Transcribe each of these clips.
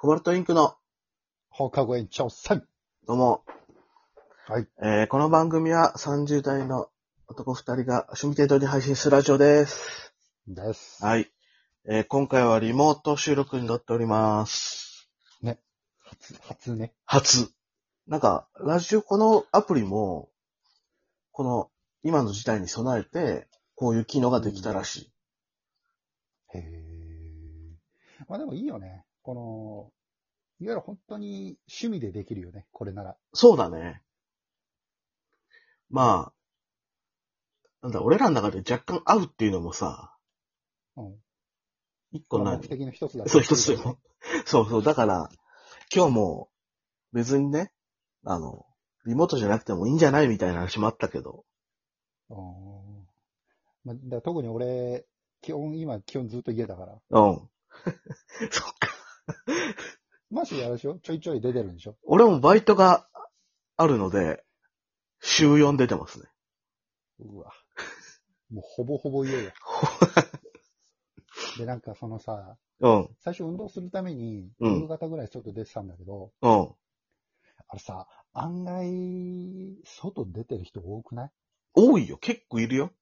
コバルトインクの、放課後延長戦。どうも。はい。えー、この番組は30代の男2人が趣味程度に配信するラジオです。です。はい。えー、今回はリモート収録になっております。初、初ね。初。なんか、ラジオこのアプリも、この、今の事態に備えて、こういう機能ができたらしい。へえ。まあでもいいよね。この、いわゆる本当に趣味でできるよね。これなら。そうだね。まあ、なんだ、俺らの中で若干合うっていうのもさ、うん。一個まあない目。的の一つだそう、一つでも。そうそう。だから、今日も、別にね、あの、リモートじゃなくてもいいんじゃないみたいな話もあったけど。うん。まあ、だから特に俺、基本、今、基本ずっと家だから。うん。 そっか。マジであれでしょちょいちょい出てるんでしょ俺もバイトがあるので、週4出てますね。うわ。もうほぼほぼ家 よ。で、なんかそのさ、うん、最初運動するために、うん夕方ぐらい外出てたんだけど、うん。あれさ、案外、外出てる人多くない多いよ。結構いるよ。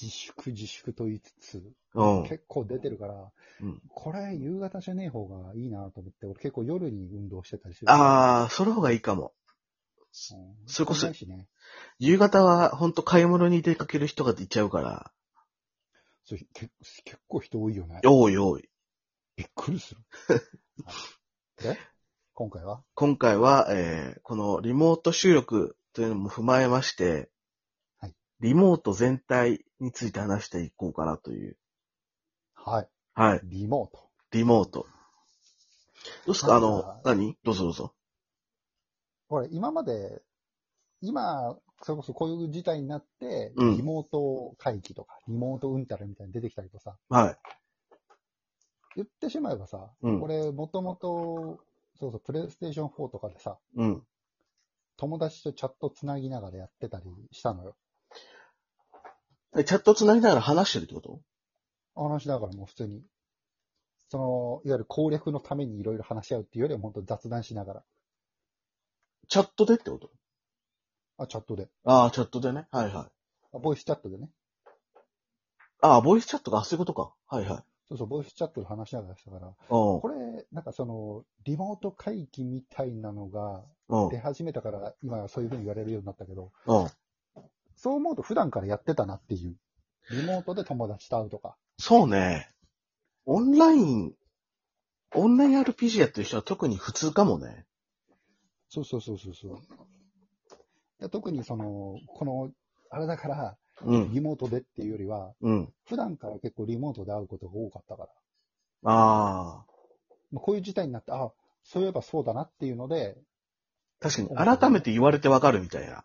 自粛自粛と言いつつ、うん。結構出てるから、うんこれ夕方じゃねえ方がいいなと思って、俺結構夜に運動してたりする。あー、その方がいいかも。うんそれこそ少ないしね、夕方はほんと買い物に出かける人がいちゃうから、そうけ結構人多いよね。多い多い。びっくり する。はいで、今回は今回は、えーこのリモート収録というのも踏まえまして、はいリモート全体について話していこうかなという。はい。はい。リモート。リモート。どうすかあなんかの、何どうぞどうぞ。これ今まで、今、それこそこういう事態になって、うんリモート会議とか、リモートうんたらみたいに出てきたりとさ、はい。言ってしまえばさ、うん俺もともと、そうそう、プレイステーション4とかでさ、うん。友達とチャットつなぎながらやってたりしたのよ。えチャット繋ぎながら話してるってこと話しながらもう普通に。その、いわゆる攻略のためにいろいろ話し合うっていうよりは本当雑談しながら。チャットでってことあ、チャットで。ああ、チャットでね。はいはい。あボイスチャットでね。ああ、ボイスチャットか。あ、そういうことか。はいはい。そうそう、ボイスチャットで話しながらしたから。おうこれ、なんかその、リモート会議みたいなのがおう出始めたから、今そういうふうに言われるようになったけど、おうそう思うと普段からやってたなっていう。リモートで友達と会うとか。そうね。オンライン、オンライン RPG やってる人は特に普通かもね。そうそうそうそうそう。で特にその、この、あれだから、うん。リモートでっていうよりは、うん。普段から結構リモートで会うことが多かったから、ああ。まあ、こういう事態になって、あ、そういえばそうだなっていうので、確かに、改めて言われてわかるみたいな。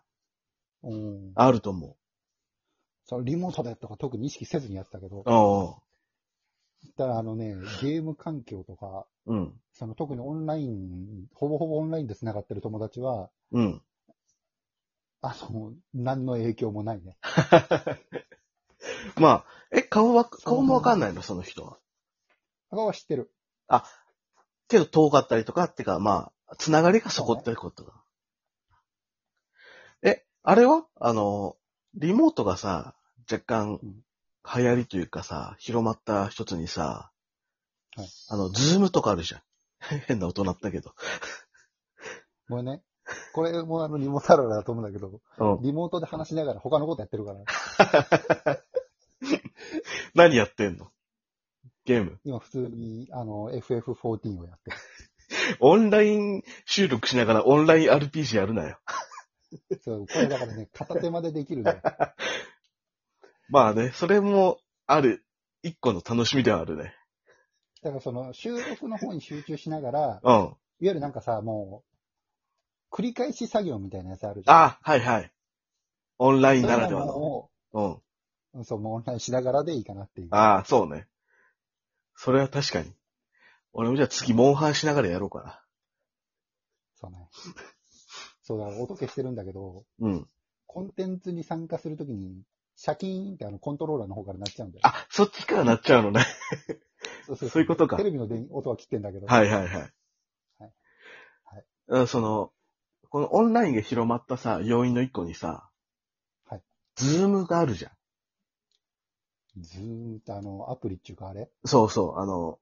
うん、あると思そのリモートでとか特に意識せずにやってたけど、う。ああ。ただあのね、ゲーム環境とか、うん。その特にオンライン、ほぼほぼオンラインで繋がってる友達は、うん。あの、何の影響もないね。まあ、え、顔は、顔もわかんないの、その人は。他は知ってる。けど遠かったりとか、ってか、まあ、つながりがそこってことだ。え、あれはあの、リモートがさ、若干、うん流行りというかさ、広まった一つにさ、はいあの、ズームとかあるじゃん。 変な音鳴ったけど。ごめんね。これもあの、リモートあるあるだと思うんだけど、うん。リモートで話しながら他のことやってるから、何やってんのゲーム。今普通に、あの、FF14 をやってる。オンライン収録しながらオンライン RPG やるなよ。そう、これ だからね、片手までできるね。まあね、それもある、一個の楽しみではあるね。だからその収録の方に集中しながら、いうわん。ゆるなんかさ、もう、繰り返し作業みたいなやつあるじゃん。あ、はいはい。オンラそイういンうならではのの。もうん。う、そう、もうオンラインしながらでいいかなっていう。ああ、そうね。それは確かに。俺もじゃあ次、モンハンしながらやろうかそうね。そうだから音消してるんだけど、な。うん。コンテンツに参加するときに、シャキーンってあのコントローラーの方からなっちゃうんだよ。あ、そっちからなっちゃうのね。そうそういうことかテレビの電音は切ってんだけど。はいはいはい。はいうんその、このオンラインが広まったさ、要因の一個にさ、はいズームがあるじゃん。ずーっとあの、アプリっていうかあれそうそう、あの、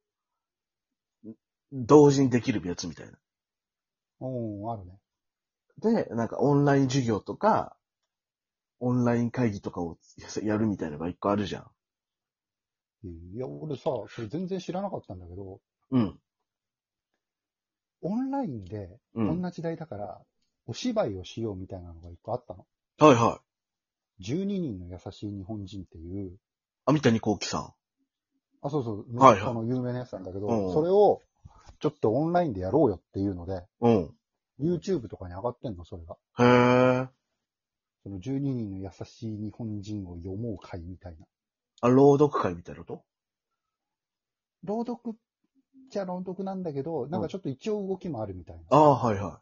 同時にできるやつみたいうん、あるね。な。で、なんかオンライン授業とか、オンライン会議とかをやるみたいなのが一個あるじゃん。いや、俺さ、それ全然知らなかったんだけど、うん。オンラインで、うこん。んはな時代だから、お芝居をしようみたいなのが一個あったの。いはい。 12人の優しい日本人っていう、網谷幸喜さん。あ、そうそう、はいはいあの有名なやつなんだけど、うんそれを、ちょっとオンラインでやろうよっていうので、うん。 YouTube とかに上がってんの、それが。へー。その12人の優しい日本人を読もう会みたいな。あ、朗読会みたいなこと朗読っちゃ朗読なんだけど、なんかちょっと一応動きもあるみたいな。ああ、はいは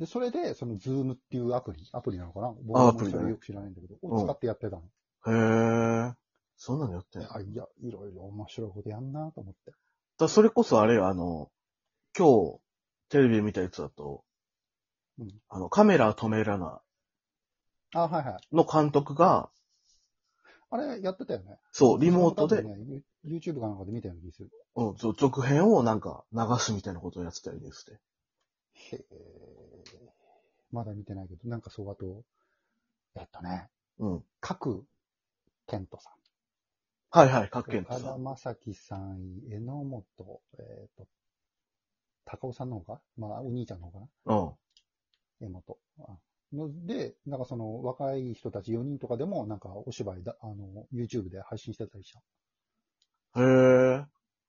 で、それで、その Zoom っていうアプリ、アプリなのかな僕あもアプリだねそれよく知らないんだけど、うをん使ってやってたの。い。へー。そんなのやってんのあ、いや、いろいろ面白いことやんなと思って。だそれこそあれよ、あの、今日、テレビで見たやつだと、うんあの、カメラ止めらな、あ、はいはい。の監督が、あれ、やってたよね。そう、リモートで、ね、ユ YouTube かなんかで見たような気がする。うん、そう続編をなんか流すみたいなことをやってたりですね。へえ。まだ見てないけど、なんかそう、あと、えっとね、うん。各健人さん。はいはい、各県岡と田さ。正樹さん、榎本、えっ、と、高尾さんの方かまあ、お兄ちゃんの方かなうん。江本。あので、なんかその若い人たち4人とかでも、なんかお芝居だ、あの、YouTube で配信してたりした。へー。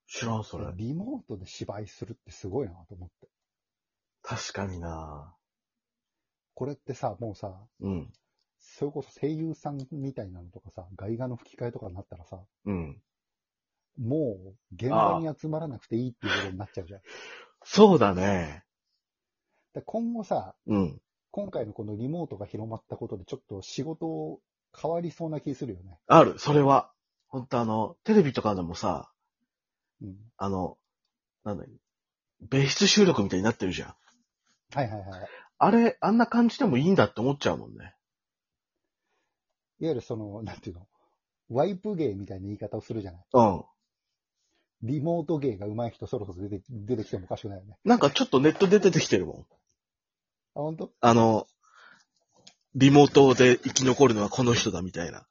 知らん、それ。リモートで芝居するってすごいなと思って。確かになこれってさ、もうさ、うん。それこそ声優さんみたいなのとかさ、外画の吹き替えとかになったらさ、うん。もう現場に集まらなくていいっていうことになっちゃうじゃん。そうだね。で今後さ、うん。今回のこのリモートが広まったことでちょっと仕事変わりそうな気するよね。ある、それは。ほんとあの、テレビとかでもさ、うん。あの、なんだい別室収録みたいになってるじゃん。はいはいはい。あれ、あんな感じでもいいんだって思っちゃうもんね。いわゆるその、なんていうの、ワイプ芸みたいな言い方をするじゃない。うん。リモート芸が上手い人そろそろ出て出てきてもおかしくないよね。なんかちょっとネットで出てきてるもん。あ、本当？あの、リモートで生き残るのはこの人だみたいな。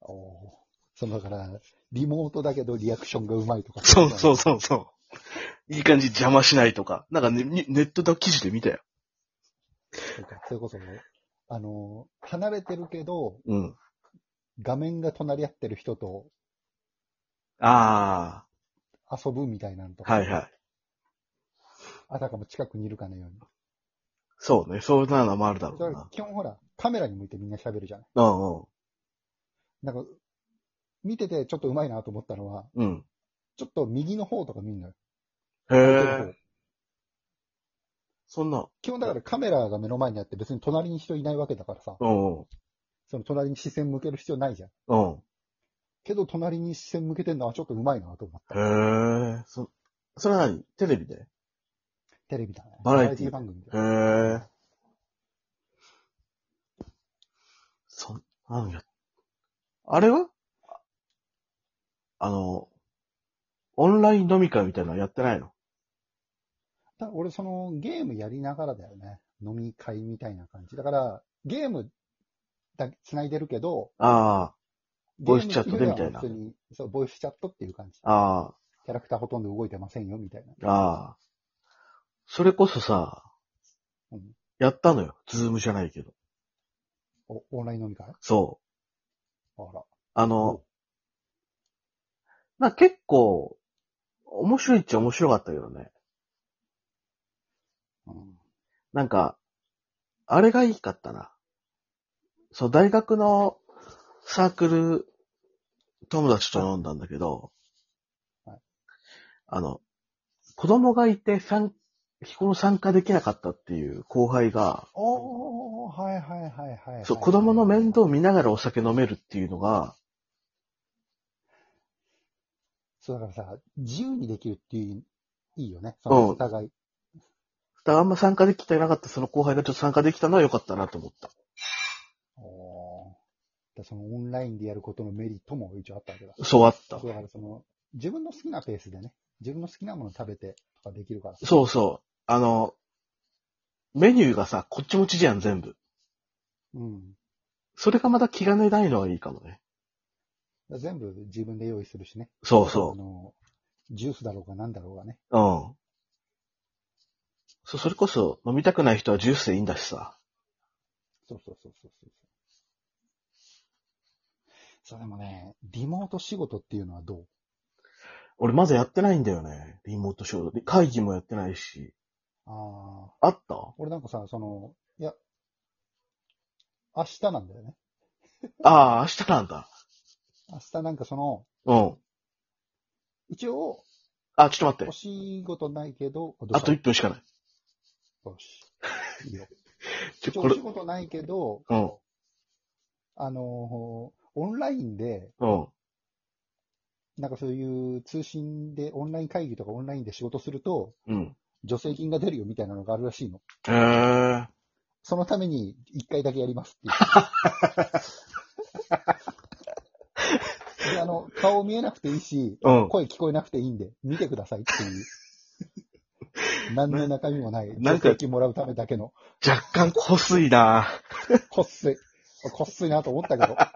おおー。そのだから、リモートだけどリアクションが上手いとか。。そうそう うそうそう。いい感じ邪魔しないとか。なんかね、にネットの記事で見たよ。そうかそれこそ、あの、離れてるけど、うん。画面が隣り合ってる人とあ遊ぶみたいなのとあ、か、はいはい。あたかも近くにいるかのように。そうね、そうなのもあるだろそうれな。基本ほら、カメラに向いてみんな喋るじゃない。うなんか、見ててちょっと上手いなと思ったのは、んうん。うん。ちょっと右の方とか見んのよ。へ相手のえ方。そんな。基本だからカメラが目の前にあって別に隣に人いないわけだからさ、うんうん。その隣に視線向ける必要ないじゃん。うん。けど隣に視線向けてんのはちょっと上手いなと思った。へえ。そ、それは何テレビでへテレビだね。バラエティバ番組で。え。そんなのや。あれはあの、オンライン飲み会みたいなのやってないのただ俺そのゲームやりながらだよね。飲み会みたいな感じ。だから、ゲームだけ繋いでるけど、あボイスゲームっていうよりはチャットでみたいな普通に、そう、ボイスチャットっていう感じ。あ、あキャラクターほとんど動いてませんよ、みたいな。あ、ああ。それこそさ、うんやったのよ。ズームじゃないけど。おオンライン飲み会あそう。ら。あの、まあ、結構、面白いっちゃ面白かったけどね。うんなんか、あれがいいかったな。そう、大学のサークル友達と飲んだんだけど、はいあの、子供がいて3、彦の参加できなかったっていう後輩が、おー、はいはいはいはい、はい。そう、子供の面倒見ながらお酒飲めるっていうのが、そうだからさ、自由にできるっていう、いいよね。そのお互い。だからあんま参加できてなかったその後輩がちょっと参加できたのは良かったなと思った。おーだからそのオンラインでやることのメリットも一応あったわけだ。そうあったそ。うだからその、自分の好きなペースでね、自分の好きなもの食べてとかできるから。そうそう。あの、メニューがさ、こっち持ちじゃん、全部。うん。それがまた気兼ねないのはいいかもね。だから全部自分で用意するしね。そうあその、ジュースだろうが何だろうがね。う。うん。そう、それこそ飲みたくない人はジュースでいいんだしさ。そうそうそうそうそう。そうでもね、リモート仕事っていうのはどう俺まだやってないんだよね。リモート仕事。で会議もやってないし。ああ、あった俺なんかさ、その、いや、明日なんだよね。ああ、明日なんだ。明日なんかその、うん。一応、あ、ちょっと待おって。仕事ないけど、あと1分しかない。よし。いいよ。ち一ょ、応こおれ仕、事ないけど、うん。あのーオンラインで、うん。なんかそういう通信で、オンライン会議とかオンラインで仕事すると、うん。助成金が出るよみたいなのがあるらしいの。へえ。そのために一回だけやりますっ ていう。で、あの、顔見えなくていいし、うん。声聞こえなくていいんで、見てくださいっ ていう。何の中身もない。なんか助成金もらうためだけの。若干濃すいなこっすい。こっすいなと思ったけど。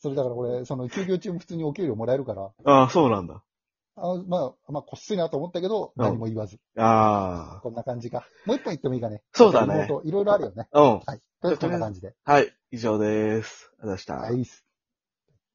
それだから俺、その休業中も普通にお給料もらえるから、ああ、そうなんだ。あまあ、まあ、こっすいなと思ったけど、うん何も言わず。あこんな感じか。もう一本言ってもいいかね。そうだねリモートいろいろあるよね。あ。うん。はい。こんな感じで。はい、以上です。ありがとうございました。はい。